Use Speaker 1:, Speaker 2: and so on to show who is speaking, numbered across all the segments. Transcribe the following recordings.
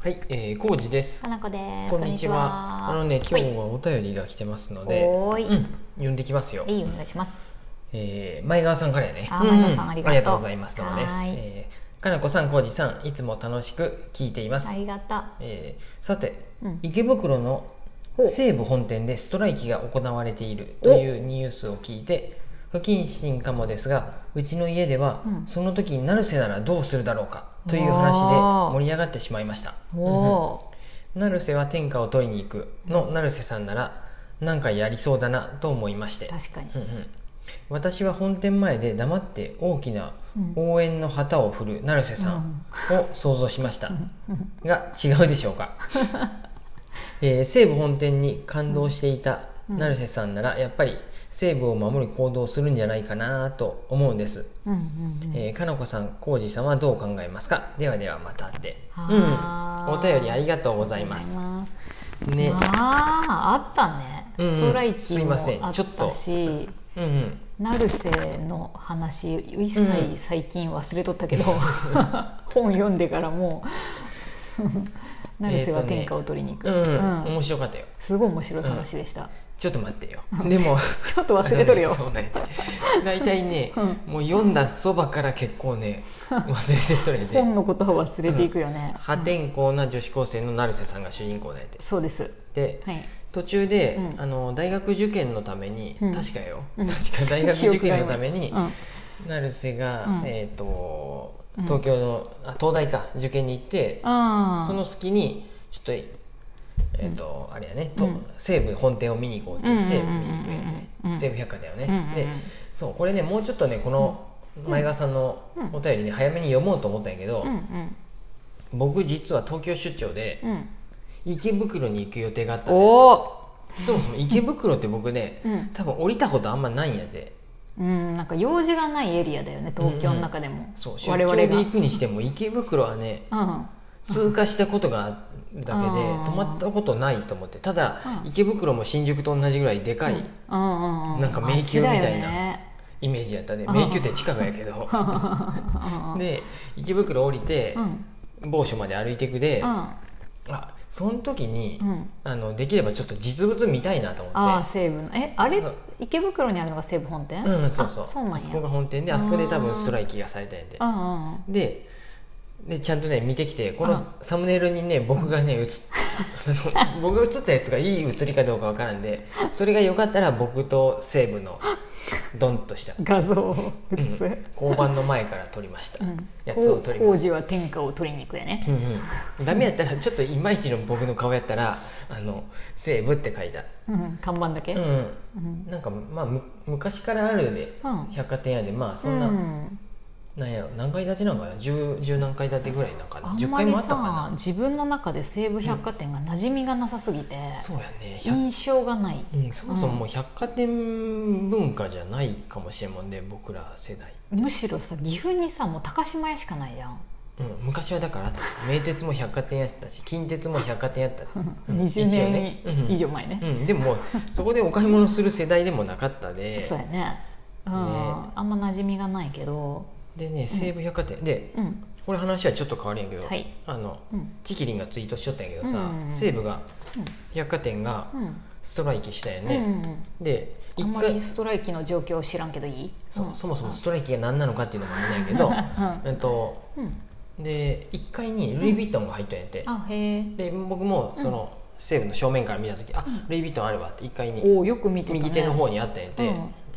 Speaker 1: はい、えー、コウジです。
Speaker 2: 花子です。
Speaker 1: こんにちは。あのね、今日はお便りが来てますので、
Speaker 2: おーい
Speaker 1: うん、読んできますよ。
Speaker 2: いいお願いします。
Speaker 1: えー、前川さんからやね。
Speaker 2: あー前川さんありがとう
Speaker 1: ありがとうございます。どうもです。
Speaker 2: はーい
Speaker 1: えー、かなこさん、コウジさん、いつも楽しく聞いています。
Speaker 2: ありがと
Speaker 1: えーさて、
Speaker 2: う。うん。
Speaker 1: 池袋の
Speaker 2: ほう
Speaker 1: 西武本店でストライキが行われているというニュースを聞いて不謹慎かもですがうちの家では、
Speaker 2: うん
Speaker 1: その時に成瀬ならどうするだろうかという話で盛り上がってしまいました
Speaker 2: お
Speaker 1: うん
Speaker 2: お
Speaker 1: うん成瀬は天下を取りに行くの成瀬さんなら何かやりそうだなと思いまして
Speaker 2: ー、、確かに。
Speaker 1: うんうん私は本店前で黙って大きな
Speaker 2: うん
Speaker 1: 応援の旗を振る成瀬さんを想像しました、
Speaker 2: うん
Speaker 1: が違うでしょう か、えー西武本店に感動していた
Speaker 2: うん
Speaker 1: 成瀬さんならやっぱり西武を守る行動をするんじゃないかなと思うんです、
Speaker 2: うんうんうん。
Speaker 1: えーかなこさん浩二さんはどう考えますかではではまたって、うん、
Speaker 2: は
Speaker 1: お
Speaker 2: ー
Speaker 1: 便りありがとうございます
Speaker 2: あり
Speaker 1: ね
Speaker 2: がとうございますあー、あったね。
Speaker 1: うんうん
Speaker 2: ストライキ
Speaker 1: すい
Speaker 2: も
Speaker 1: ません
Speaker 2: あっ
Speaker 1: ちょっと
Speaker 2: たし。
Speaker 1: うんうん
Speaker 2: ナルセの話一
Speaker 1: うん
Speaker 2: 切最近忘れとったけど、 本読んでからもうナルセは天下を取りに行く、
Speaker 1: うん、うん
Speaker 2: うん
Speaker 1: 面白かったよ
Speaker 2: すごい面白い話でした、
Speaker 1: ちょっと待ってよでも
Speaker 2: ちょっと忘れとる よ
Speaker 1: そうね大体ね、
Speaker 2: うん
Speaker 1: もう読んだそばから結構ね忘れてとれて
Speaker 2: 本のことは忘れていくよね、
Speaker 1: 破天荒な女子高生の成瀬さんが主人公なんやて
Speaker 2: そうです
Speaker 1: で
Speaker 2: はい
Speaker 1: 途中で、
Speaker 2: うん
Speaker 1: あの大学受験のために、
Speaker 2: うん
Speaker 1: 確かよ、
Speaker 2: うん
Speaker 1: 確か大学受験のために
Speaker 2: 記憶が曖昧
Speaker 1: 成瀬が、
Speaker 2: うん
Speaker 1: えっ、と
Speaker 2: うん
Speaker 1: 東京の、あ東大か受験に行って
Speaker 2: うん、、ああ
Speaker 1: その隙にちょっとえっ、と、あれやね、と
Speaker 2: うん
Speaker 1: 西武本店を見に行こうって言って、
Speaker 2: うんうんうんうん
Speaker 1: 見に行くんやて
Speaker 2: うん
Speaker 1: 西武百貨店よね、
Speaker 2: うんうんうん
Speaker 1: でそうこれねもうちょっとねこの前川さんの
Speaker 2: うん
Speaker 1: お便りね早めに読もうと思ったんやけど、
Speaker 2: うんうん
Speaker 1: 僕実は東京出張で、
Speaker 2: うん
Speaker 1: 池袋に行く予定があったん
Speaker 2: お
Speaker 1: で
Speaker 2: お
Speaker 1: すそもそも池袋って僕ね
Speaker 2: うん、
Speaker 1: 多分降りたことあんまないんやで
Speaker 2: うん、なんか用事がないエリアだよね東京の中でも、
Speaker 1: そう出張
Speaker 2: 我々
Speaker 1: で
Speaker 2: が
Speaker 1: 行くにしても池袋はね
Speaker 2: うん
Speaker 1: 通過したことがあるだけで
Speaker 2: あー
Speaker 1: 泊まったことないと思ってただ
Speaker 2: うん
Speaker 1: 池袋も新宿と同じぐらいでかい
Speaker 2: うんうんうん、
Speaker 1: なんか迷宮みたいな
Speaker 2: 街だよね
Speaker 1: イメージやったで
Speaker 2: うん
Speaker 1: 迷宮って近くやけど
Speaker 2: で、
Speaker 1: で池袋降りて
Speaker 2: うん、
Speaker 1: 某所まで歩いていくで
Speaker 2: うん
Speaker 1: あその時に
Speaker 2: うん、
Speaker 1: あのできればちょっと実物見たいなと思って
Speaker 2: ああ西武のえあれ
Speaker 1: うん
Speaker 2: 池袋にあるのが西武本店
Speaker 1: うんそうそう
Speaker 2: あそうなんや
Speaker 1: あそこが本店であそこで多分ストライキがされたんやで
Speaker 2: うんうん
Speaker 1: ででちゃんとね見てきてこ
Speaker 2: う
Speaker 1: の
Speaker 2: ん
Speaker 1: サムネイルにね僕がね映っ あの僕が映ったやつがいい映りかどうかわからんでそれがよかったら僕と西武のドンとした
Speaker 2: うん画像を映す、
Speaker 1: うん交番の前から撮りま した、
Speaker 2: うん
Speaker 1: やつを撮り
Speaker 2: 王
Speaker 1: ました
Speaker 2: 子は天下を取りに行くやね
Speaker 1: うんうん、ダメやったらちょっといまいちの僕の顔やったら「あの西武」って書いた、
Speaker 2: うん看板だけ
Speaker 1: う
Speaker 2: うん
Speaker 1: ん、
Speaker 2: うん
Speaker 1: なんかまあむ昔からあるで百貨店やでまあそんな、
Speaker 2: うん
Speaker 1: なんやろ何階建てなんかな 10, 10何階建てぐらいなんかな
Speaker 2: あん
Speaker 1: 10
Speaker 2: ま
Speaker 1: 階
Speaker 2: り
Speaker 1: もあったか
Speaker 2: さ
Speaker 1: な
Speaker 2: 自分の中で西武百貨店が馴染みがなさすぎて、
Speaker 1: そうやね100
Speaker 2: 印象がない
Speaker 1: うん、そもそももう百貨店文化じゃないかもしれんもんで僕ら世代、
Speaker 2: むしろさ岐阜にさもう高島屋しかないじゃ
Speaker 1: う
Speaker 2: ん
Speaker 1: ん、昔はだからあった名鉄も百貨店やったし近鉄も百貨店やっ た、うん
Speaker 2: 20年
Speaker 1: 一応ねうん
Speaker 2: 以上前ね
Speaker 1: うん、でももうそこでお買い物する世代でもなかったで
Speaker 2: そうやねう
Speaker 1: ね
Speaker 2: んあんま馴染みがないけど
Speaker 1: でね西武百貨店、で
Speaker 2: うん
Speaker 1: これ話はちょっと変わるんやけど、
Speaker 2: はい
Speaker 1: あの
Speaker 2: うん
Speaker 1: チキリンがツイートしとったんやけどさ、
Speaker 2: うんうん
Speaker 1: 西武が
Speaker 2: うん
Speaker 1: 百貨店が
Speaker 2: うん
Speaker 1: ストライキしたよ
Speaker 2: うんう
Speaker 1: ね、
Speaker 2: ん
Speaker 1: で
Speaker 2: あ
Speaker 1: 一
Speaker 2: んま
Speaker 1: 回
Speaker 2: りストライキの状況を知らんけどいい
Speaker 1: そう
Speaker 2: うん
Speaker 1: そもそもストライキが何なのかっていうのもあるんやけど、えっと、
Speaker 2: うんうん
Speaker 1: で1階にルイ・ヴィトンが入ったんやて、
Speaker 2: あへえ
Speaker 1: で僕もその西武の正面から見た時、あ
Speaker 2: うん
Speaker 1: ルイ・ヴィトンあるわって1階に
Speaker 2: おおよく見てたね
Speaker 1: 右手の方にあったんやて、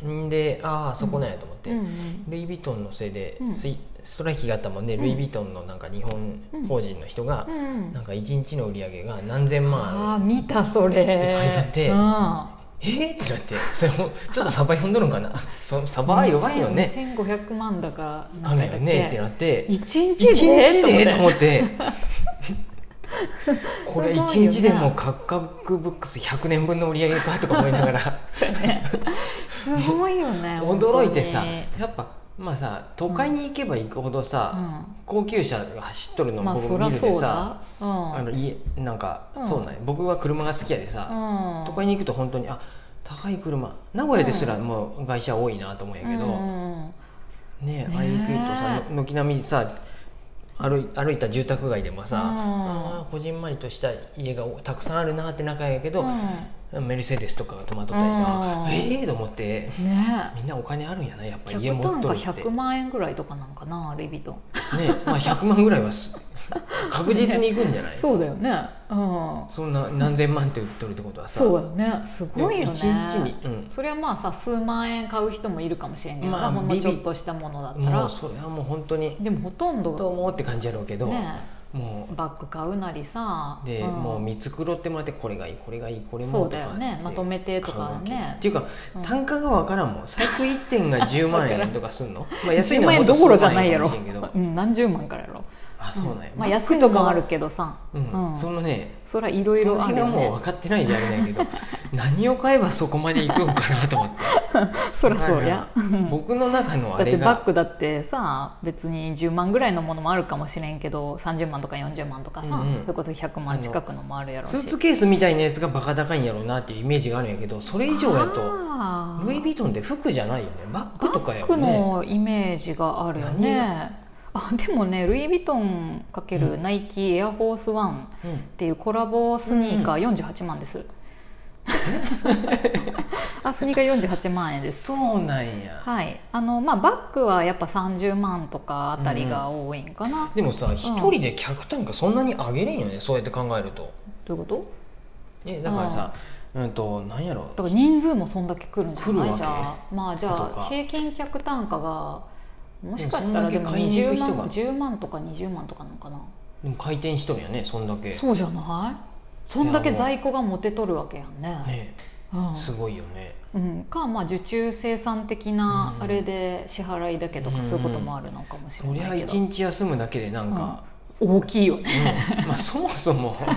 Speaker 1: んでああそこなんやと思って、
Speaker 2: うんうん
Speaker 1: ルイ・ヴィトンのせいで
Speaker 2: うん
Speaker 1: スイストライキがあったもんで、
Speaker 2: うん
Speaker 1: ルイ・ヴィトンのなんか日本法人の人が
Speaker 2: う、ん
Speaker 1: なんか1日の売り上げが何千万
Speaker 2: あ
Speaker 1: あ
Speaker 2: あ
Speaker 1: る
Speaker 2: 見たそれ
Speaker 1: って書いとって
Speaker 2: うん
Speaker 1: えっ、ってなってそれもちょっとサバ読んどるんかなそサバ弱いよね
Speaker 2: 2500万だか
Speaker 1: あ
Speaker 2: 何
Speaker 1: る
Speaker 2: だっ
Speaker 1: よ
Speaker 2: け
Speaker 1: ねってなって一
Speaker 2: 一日で
Speaker 1: 日でと思
Speaker 2: っ
Speaker 1: って これ
Speaker 2: すごい
Speaker 1: 一
Speaker 2: よな
Speaker 1: 日でもカッカブックス100年分の売り上げかとか思いなが ら
Speaker 2: てそうやね すごいよね
Speaker 1: 驚いてさ
Speaker 2: 本
Speaker 1: やっぱまあさ都会に行けば行くほど
Speaker 2: 当
Speaker 1: さ、
Speaker 2: にうん
Speaker 1: 高級車が走っとるの
Speaker 2: まあ
Speaker 1: を
Speaker 2: そ
Speaker 1: 僕
Speaker 2: ら
Speaker 1: 見るで
Speaker 2: そう
Speaker 1: さ、
Speaker 2: だうん
Speaker 1: あの家なんか、
Speaker 2: うん
Speaker 1: そうなんや僕は車が好きやでさ、
Speaker 2: うん
Speaker 1: 都会に行くと本当にあ高い車名古屋ですらもう外車多いなと思うんやけど、
Speaker 2: うんうんうん
Speaker 1: ね
Speaker 2: ね
Speaker 1: え
Speaker 2: え
Speaker 1: ああいう国とさの軒並みさ歩い歩いた住宅街でもさ、
Speaker 2: うん
Speaker 1: あーこじんまりとした家がたくさんあるなって仲やけど、メルセデスとかが泊まっとったりさ、
Speaker 2: うん
Speaker 1: ええと思って
Speaker 2: うんね
Speaker 1: みんなお金あるんやなやっぱ家持
Speaker 2: 客単
Speaker 1: っ
Speaker 2: 価
Speaker 1: とるって
Speaker 2: 100万円ぐらいとかなんかなルイ・ヴィトン
Speaker 1: ねまあ、100万ぐらいは す確実にいくんじゃない、
Speaker 2: そうだよねうん
Speaker 1: そんな何千万って売っとるってことはさ
Speaker 2: そうだよねすごいよね
Speaker 1: 一日に、うん
Speaker 2: それはまあさ数万円買う人もいるかもしれんけどさ、
Speaker 1: まあ
Speaker 2: ほんの
Speaker 1: ビビ
Speaker 2: ちょっとしたものだった
Speaker 1: も
Speaker 2: ら
Speaker 1: うそれはもう本当に
Speaker 2: でもほとん
Speaker 1: どう
Speaker 2: ど
Speaker 1: もって感じやろうけど、
Speaker 2: ね
Speaker 1: も
Speaker 2: バッグ買うなりさ
Speaker 1: うで、
Speaker 2: うん
Speaker 1: もう見繕ってもらってこれがいいこれがいいこれも
Speaker 2: そうだよね
Speaker 1: とか
Speaker 2: まとめてとか
Speaker 1: 買うわけ
Speaker 2: ね
Speaker 1: っていうか、
Speaker 2: うん
Speaker 1: 単価がわからんもん最高1点が10万円とかすん のまあ安いのは
Speaker 2: 10
Speaker 1: もっ
Speaker 2: 万円
Speaker 1: と
Speaker 2: どころじゃないやろ
Speaker 1: 数万円かもしれんけど
Speaker 2: うん何十万からやろ
Speaker 1: あそうなんや、
Speaker 2: まあ安いのもあるけどさ
Speaker 1: うん
Speaker 2: うん
Speaker 1: そのね
Speaker 2: そりゃいろいろある
Speaker 1: その辺が
Speaker 2: よ
Speaker 1: もう
Speaker 2: ね
Speaker 1: 分かってないでやるんやけ ど何を買えばそこまでいくんかなと思って
Speaker 2: そりゃそうや
Speaker 1: だから僕の中の
Speaker 2: だ
Speaker 1: あ
Speaker 2: って
Speaker 1: れ
Speaker 2: バッ
Speaker 1: が
Speaker 2: グだってさ別に10万ぐらいのものもあるかもしれんけど30万とか40万とかさ、
Speaker 1: うんうん
Speaker 2: それこそ100万近くのもあるやろうし
Speaker 1: スーツケースみたいなやつがバカ高いんやろうなっていうイメージがあるんやけどそれ以上やと
Speaker 2: あー
Speaker 1: ルイ・ヴィトンって服じゃないよねバッグとかや
Speaker 2: バ
Speaker 1: よ
Speaker 2: ッグ
Speaker 1: ね
Speaker 2: のイメージがあるよ
Speaker 1: 何
Speaker 2: ねあでもねルイ・ヴィトン
Speaker 1: う
Speaker 2: ×ナイキエアフォースワンっ
Speaker 1: うん
Speaker 2: ていうコラボスニーカー48万です、あスニーカー48万円です
Speaker 1: そうなんや
Speaker 2: はいあのまあバッグはやっぱ30万とかあたりが多いんかな、
Speaker 1: でもさ一人で客単価そんなに上げれんよねそうやって考えると
Speaker 2: どういうこと
Speaker 1: えだからさうんとなんやろ
Speaker 2: だから人数もそんだけ来るんじゃ
Speaker 1: 来る
Speaker 2: な
Speaker 1: わ
Speaker 2: い
Speaker 1: け
Speaker 2: じゃあまあじゃ
Speaker 1: とか
Speaker 2: あ平均客単価がもしかしたら
Speaker 1: で
Speaker 2: で
Speaker 1: もそ
Speaker 2: も
Speaker 1: んだけ買いに
Speaker 2: 20
Speaker 1: 行く人が
Speaker 2: 万10万とか20万とかなのかな
Speaker 1: でも回転しとるんやねそんだけ
Speaker 2: そうじゃないそんだけ在庫が持てとるわけやんね
Speaker 1: ね
Speaker 2: うん
Speaker 1: すごいよね
Speaker 2: うん、かまあ受注生産的な
Speaker 1: うん
Speaker 2: あれで支払いだけと
Speaker 1: う
Speaker 2: か
Speaker 1: ん
Speaker 2: そういうこともあるのかもしれ
Speaker 1: そりゃ
Speaker 2: ないけど、
Speaker 1: 一日休むだけでなんか、
Speaker 2: 大きいよね
Speaker 1: うんまあそもそも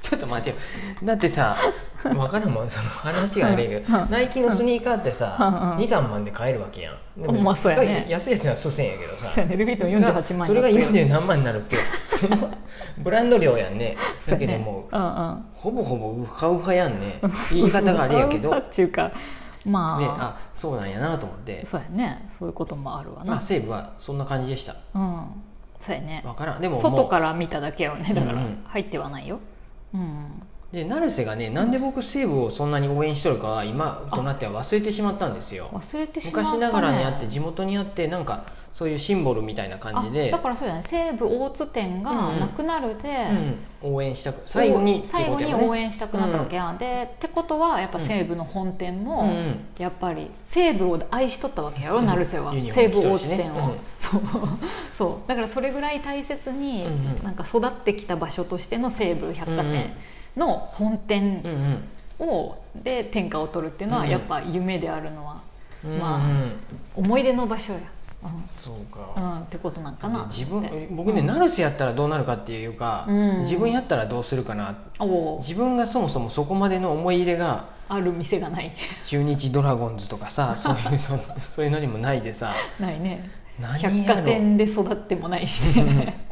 Speaker 1: ちょっと待てよだってさ分からんもんその話があれやけど、
Speaker 2: うん
Speaker 1: ナイキのスニーカーってさ、
Speaker 2: うんうん
Speaker 1: 23万で買えるわけやんでも
Speaker 2: まあそうやね
Speaker 1: 安いやつは数千円やけどさ
Speaker 2: そうやねルビートン48万
Speaker 1: それが
Speaker 2: になってる
Speaker 1: 40何万になるって そのブランド量やんね
Speaker 2: そう
Speaker 1: だ
Speaker 2: や
Speaker 1: け
Speaker 2: ね
Speaker 1: どもう、
Speaker 2: うんうん
Speaker 1: ほぼほぼウハウハやんね言い方があれやけど
Speaker 2: うん
Speaker 1: で
Speaker 2: っていうかまあ
Speaker 1: あそうなんやなと思って、
Speaker 2: そうやねそういうこともあるわな、
Speaker 1: まあ、西武はそんな感じでした
Speaker 2: うんそうやね
Speaker 1: 分からんでももう
Speaker 2: 外から見ただけよねだか
Speaker 1: うん
Speaker 2: ら
Speaker 1: うん
Speaker 2: 入ってはないよ、うん、
Speaker 1: で成瀬がねなんで僕西武をそんなに応援しとるかは今となっては忘れてしまったんですよ
Speaker 2: 忘れてしまった、ね、
Speaker 1: 昔ながらにあって地元にあってなんかそういうシンボルみたいな感じで
Speaker 2: あだからそうじゃない西武大津店がなくなるで、
Speaker 1: うん、応援したく最後にって
Speaker 2: 最
Speaker 1: こ
Speaker 2: 後
Speaker 1: と
Speaker 2: に
Speaker 1: や
Speaker 2: 応
Speaker 1: ね
Speaker 2: 援したくなったわけやん、でってことはやっぱ西武の本店
Speaker 1: うんう
Speaker 2: も、
Speaker 1: ん
Speaker 2: やっぱり西武を愛しとったわけやろ、
Speaker 1: うん
Speaker 2: 成瀬は
Speaker 1: ユニフォー
Speaker 2: 西
Speaker 1: ム着て
Speaker 2: 武
Speaker 1: る
Speaker 2: 大
Speaker 1: し
Speaker 2: 津
Speaker 1: ね
Speaker 2: 店を、
Speaker 1: うん
Speaker 2: そう そうだからそれぐらい大切に、
Speaker 1: うんうん
Speaker 2: なんか育ってきた場所としての西武百貨店の本店
Speaker 1: うんうん
Speaker 2: を、で天下を取るっていうの
Speaker 1: う
Speaker 2: は
Speaker 1: ん
Speaker 2: やっぱ夢であるのは
Speaker 1: うんうん
Speaker 2: まあ思い出の場所や、
Speaker 1: そう
Speaker 2: う
Speaker 1: か、
Speaker 2: んうんってことなんかな
Speaker 1: で自分僕
Speaker 2: う
Speaker 1: ね
Speaker 2: ん
Speaker 1: 成瀬やったらどうなるかっていうか、
Speaker 2: うん
Speaker 1: 自分やったらどうするかな
Speaker 2: おう
Speaker 1: 自分がそもそもそこまでの思い入れが
Speaker 2: ある店がない
Speaker 1: 中日ドラゴンズとか さそういうそのそういうのにも ないでさ
Speaker 2: ないね
Speaker 1: 何やろ
Speaker 2: 百貨店で育ってもないし ね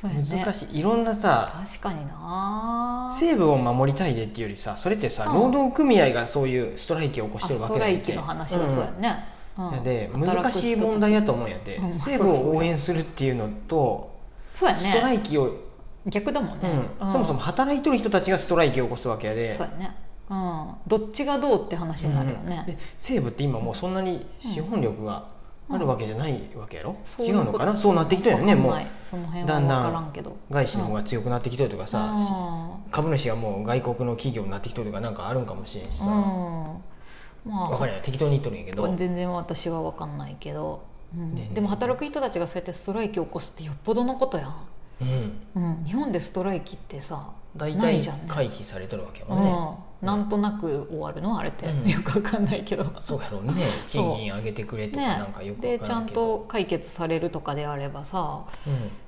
Speaker 2: そうやね
Speaker 1: 難しいいろんなさ
Speaker 2: 確かにな
Speaker 1: 西部を守りたいでっていうよりさそれってさ
Speaker 2: うん
Speaker 1: 労働組合がそういうストライキを起こ
Speaker 2: あ
Speaker 1: してるわ
Speaker 2: ス
Speaker 1: け
Speaker 2: ト
Speaker 1: や
Speaker 2: ラ
Speaker 1: ん
Speaker 2: イ
Speaker 1: け
Speaker 2: キの話だそうやね、う
Speaker 1: う
Speaker 2: ん
Speaker 1: んで
Speaker 2: 働く
Speaker 1: 難
Speaker 2: 人たち
Speaker 1: しい問題やと思うんやで
Speaker 2: うん
Speaker 1: 西部を応援するっていうのと
Speaker 2: そうや
Speaker 1: ストラ
Speaker 2: ね
Speaker 1: イキを、
Speaker 2: 逆だもん
Speaker 1: う
Speaker 2: ね
Speaker 1: ん、そもそも働いてる人たちがストライキを起こすわけやで
Speaker 2: そうやね、うん、どっちがどうって話になるよ
Speaker 1: うんで
Speaker 2: ね、
Speaker 1: 西部って今もうそんなに資本力があるわけじゃないわけやろ、
Speaker 2: そうい
Speaker 1: 違
Speaker 2: うこ
Speaker 1: う
Speaker 2: と
Speaker 1: のかなそうなってきたよねも
Speaker 2: わかんないうその辺は
Speaker 1: だん
Speaker 2: 分
Speaker 1: だん
Speaker 2: からんけど
Speaker 1: 外資の方が強くなってきとるとかさ、
Speaker 2: あ
Speaker 1: 株主がもう外国の企業になってきとるとかなんかあるんかもしれんし
Speaker 2: ー
Speaker 1: さ、
Speaker 2: うんまあ
Speaker 1: 分かるよ適当に言っとるんやけど、
Speaker 2: 全然私は分かんないけど、うん
Speaker 1: ね
Speaker 2: でも働く人たちがそうやってストライキを起こすってよっぽどのことやん、
Speaker 1: うん、
Speaker 2: うん、日本でストライキってさ
Speaker 1: 大
Speaker 2: な
Speaker 1: 体
Speaker 2: いじゃんね
Speaker 1: 回避されとるわけや
Speaker 2: う
Speaker 1: もんね、
Speaker 2: んなんとなく終わるのあれって、
Speaker 1: うん
Speaker 2: よくわかんないけど
Speaker 1: そうやろう ね賃金上げてくれとか なんかよく分
Speaker 2: で
Speaker 1: か
Speaker 2: ち
Speaker 1: ら
Speaker 2: ゃ
Speaker 1: ん
Speaker 2: ん
Speaker 1: けど、
Speaker 2: と解決されるとかであればさ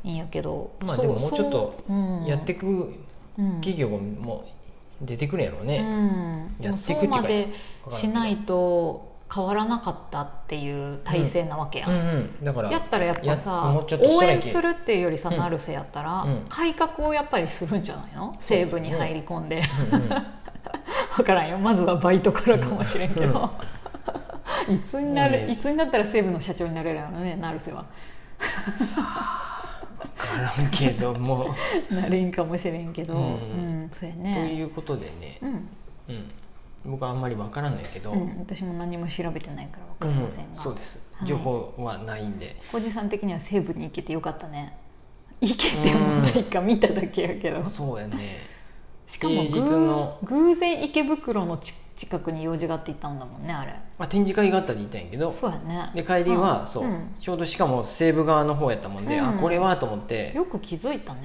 Speaker 2: いいんやけど
Speaker 1: まあ
Speaker 2: そ
Speaker 1: でももうちょっと
Speaker 2: そう
Speaker 1: う
Speaker 2: うん
Speaker 1: ん、やってく企業も出てくるんやろう
Speaker 2: うん
Speaker 1: ね、
Speaker 2: うん、
Speaker 1: や
Speaker 2: や
Speaker 1: っ
Speaker 2: ってて
Speaker 1: く
Speaker 2: く
Speaker 1: っ
Speaker 2: ってて
Speaker 1: いうかわからんけ
Speaker 2: まで
Speaker 1: ど
Speaker 2: しないと変わらなかったっていう体制なわけや、
Speaker 1: うん
Speaker 2: ん
Speaker 1: うんだから
Speaker 2: やったらやっぱ
Speaker 1: や
Speaker 2: さ
Speaker 1: もうちょっとスト
Speaker 2: 応
Speaker 1: ライ
Speaker 2: 援
Speaker 1: キ
Speaker 2: するっていうよりさ、
Speaker 1: うん
Speaker 2: 成瀬やったら、
Speaker 1: うん
Speaker 2: 改革をやっぱりするんじゃないの
Speaker 1: そう
Speaker 2: 西部に入り込んで、
Speaker 1: うんうん
Speaker 2: 分からんよまずはバイトからかもしれんけど、 いつになる、
Speaker 1: もうね
Speaker 2: いつになったら西部の社長になれるのね成瀬は
Speaker 1: からんけども
Speaker 2: なれんかもしれんけど、う
Speaker 1: うんん
Speaker 2: そうや
Speaker 1: と
Speaker 2: ね
Speaker 1: いうことでね、
Speaker 2: うん、
Speaker 1: うん、僕はあんまりわからないけど、
Speaker 2: うん、私も何も調べてないから分か
Speaker 1: う
Speaker 2: りま
Speaker 1: ん
Speaker 2: せんが、
Speaker 1: そうです
Speaker 2: はい
Speaker 1: 情報はないんで、
Speaker 2: おじさん的には西部に行けてよかったね行けてもないか見ただけやけど
Speaker 1: そうやね
Speaker 2: しかも
Speaker 1: 平日の
Speaker 2: 偶偶然池袋のち近くに用事があって行ったんだもんねあれ
Speaker 1: まあ、展示会があったり言ったんやけど
Speaker 2: そうやね
Speaker 1: で帰りは、
Speaker 2: ん
Speaker 1: そう、
Speaker 2: ん
Speaker 1: ちょうどしかも西部側の方やったもんで、
Speaker 2: うん
Speaker 1: あこれはと思って
Speaker 2: よく気づいたね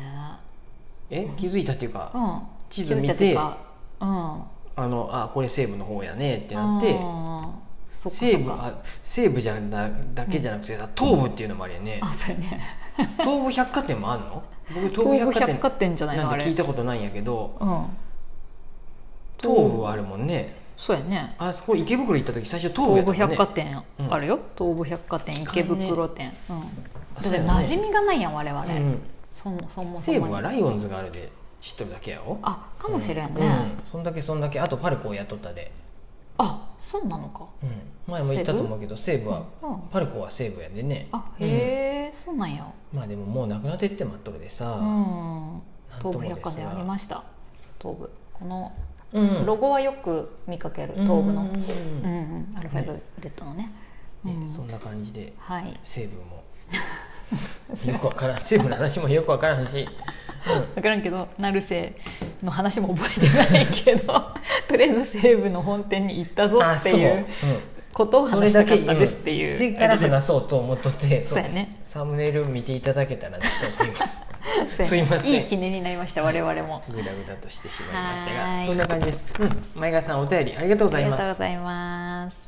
Speaker 1: え気づいたっていうか、
Speaker 2: うん
Speaker 1: 地図見て
Speaker 2: 気づいたっていうかうん
Speaker 1: あのあこれ西部の方やねってなって
Speaker 2: あーそっか
Speaker 1: 西部
Speaker 2: そっか
Speaker 1: あ西部じゃなだけじゃなくてさ東部っていうのもあるよね、
Speaker 2: あそうやね
Speaker 1: 東武百貨店もあんの僕東武
Speaker 2: 東
Speaker 1: 百
Speaker 2: 武
Speaker 1: 貨
Speaker 2: 百
Speaker 1: 店
Speaker 2: 貨店じゃないの
Speaker 1: な
Speaker 2: あ
Speaker 1: ん
Speaker 2: れ
Speaker 1: て聞いたことないんやけど
Speaker 2: うん
Speaker 1: 東武はあるもんね
Speaker 2: そうやね
Speaker 1: あそこ池袋行った時最初東武やったも
Speaker 2: 東武
Speaker 1: んね
Speaker 2: 百貨店
Speaker 1: うん
Speaker 2: あるよ東武百貨店池袋店うんだ
Speaker 1: そう
Speaker 2: って
Speaker 1: やね
Speaker 2: 馴染みがないやん我々
Speaker 1: うん
Speaker 2: そもそもそ
Speaker 1: 西
Speaker 2: も
Speaker 1: 武は
Speaker 2: に
Speaker 1: ライオンズがあるで知っとるだけやろ
Speaker 2: あかもしれん
Speaker 1: う
Speaker 2: ね
Speaker 1: んそんだけそんだけあとパルコをやっとったで、
Speaker 2: あそうなのか
Speaker 1: うん前も言ったと思うけど西武は
Speaker 2: うん
Speaker 1: パルコは西武やでね
Speaker 2: あへえそうなんや
Speaker 1: まあでももうなくなってってまっとるで
Speaker 2: う
Speaker 1: さ、
Speaker 2: ん
Speaker 1: なんともです
Speaker 2: 東武
Speaker 1: が
Speaker 2: 百貨店ありました東武この
Speaker 1: うん
Speaker 2: ロゴはよく見かける東武
Speaker 1: うん
Speaker 2: のうん
Speaker 1: ね
Speaker 2: うんアルファベットのねうん
Speaker 1: そんな感じで
Speaker 2: はい
Speaker 1: 西武 もよくわからん西武の話もよくわからんし、
Speaker 2: 分からんけど成瀬の話も覚えてないけど とりあえず西武の本店に行った
Speaker 1: う
Speaker 2: ぞ
Speaker 1: ん、あ
Speaker 2: って
Speaker 1: そう、
Speaker 2: いううんことを
Speaker 1: そ
Speaker 2: 話
Speaker 1: れ
Speaker 2: した
Speaker 1: だ
Speaker 2: か
Speaker 1: け
Speaker 2: ったですっていう
Speaker 1: うんでから
Speaker 2: あれで
Speaker 1: 話そうと思っとって
Speaker 2: そうやね
Speaker 1: ですサムネイル見ていただけたらなと思います
Speaker 2: す
Speaker 1: すいません
Speaker 2: いい記念になりました我々も
Speaker 1: グダグダとしてしまいましたが
Speaker 2: はい
Speaker 1: そんな感じです、うん、前川さんお便りありがとうござ
Speaker 2: あ
Speaker 1: い
Speaker 2: りが
Speaker 1: ます
Speaker 2: とうございます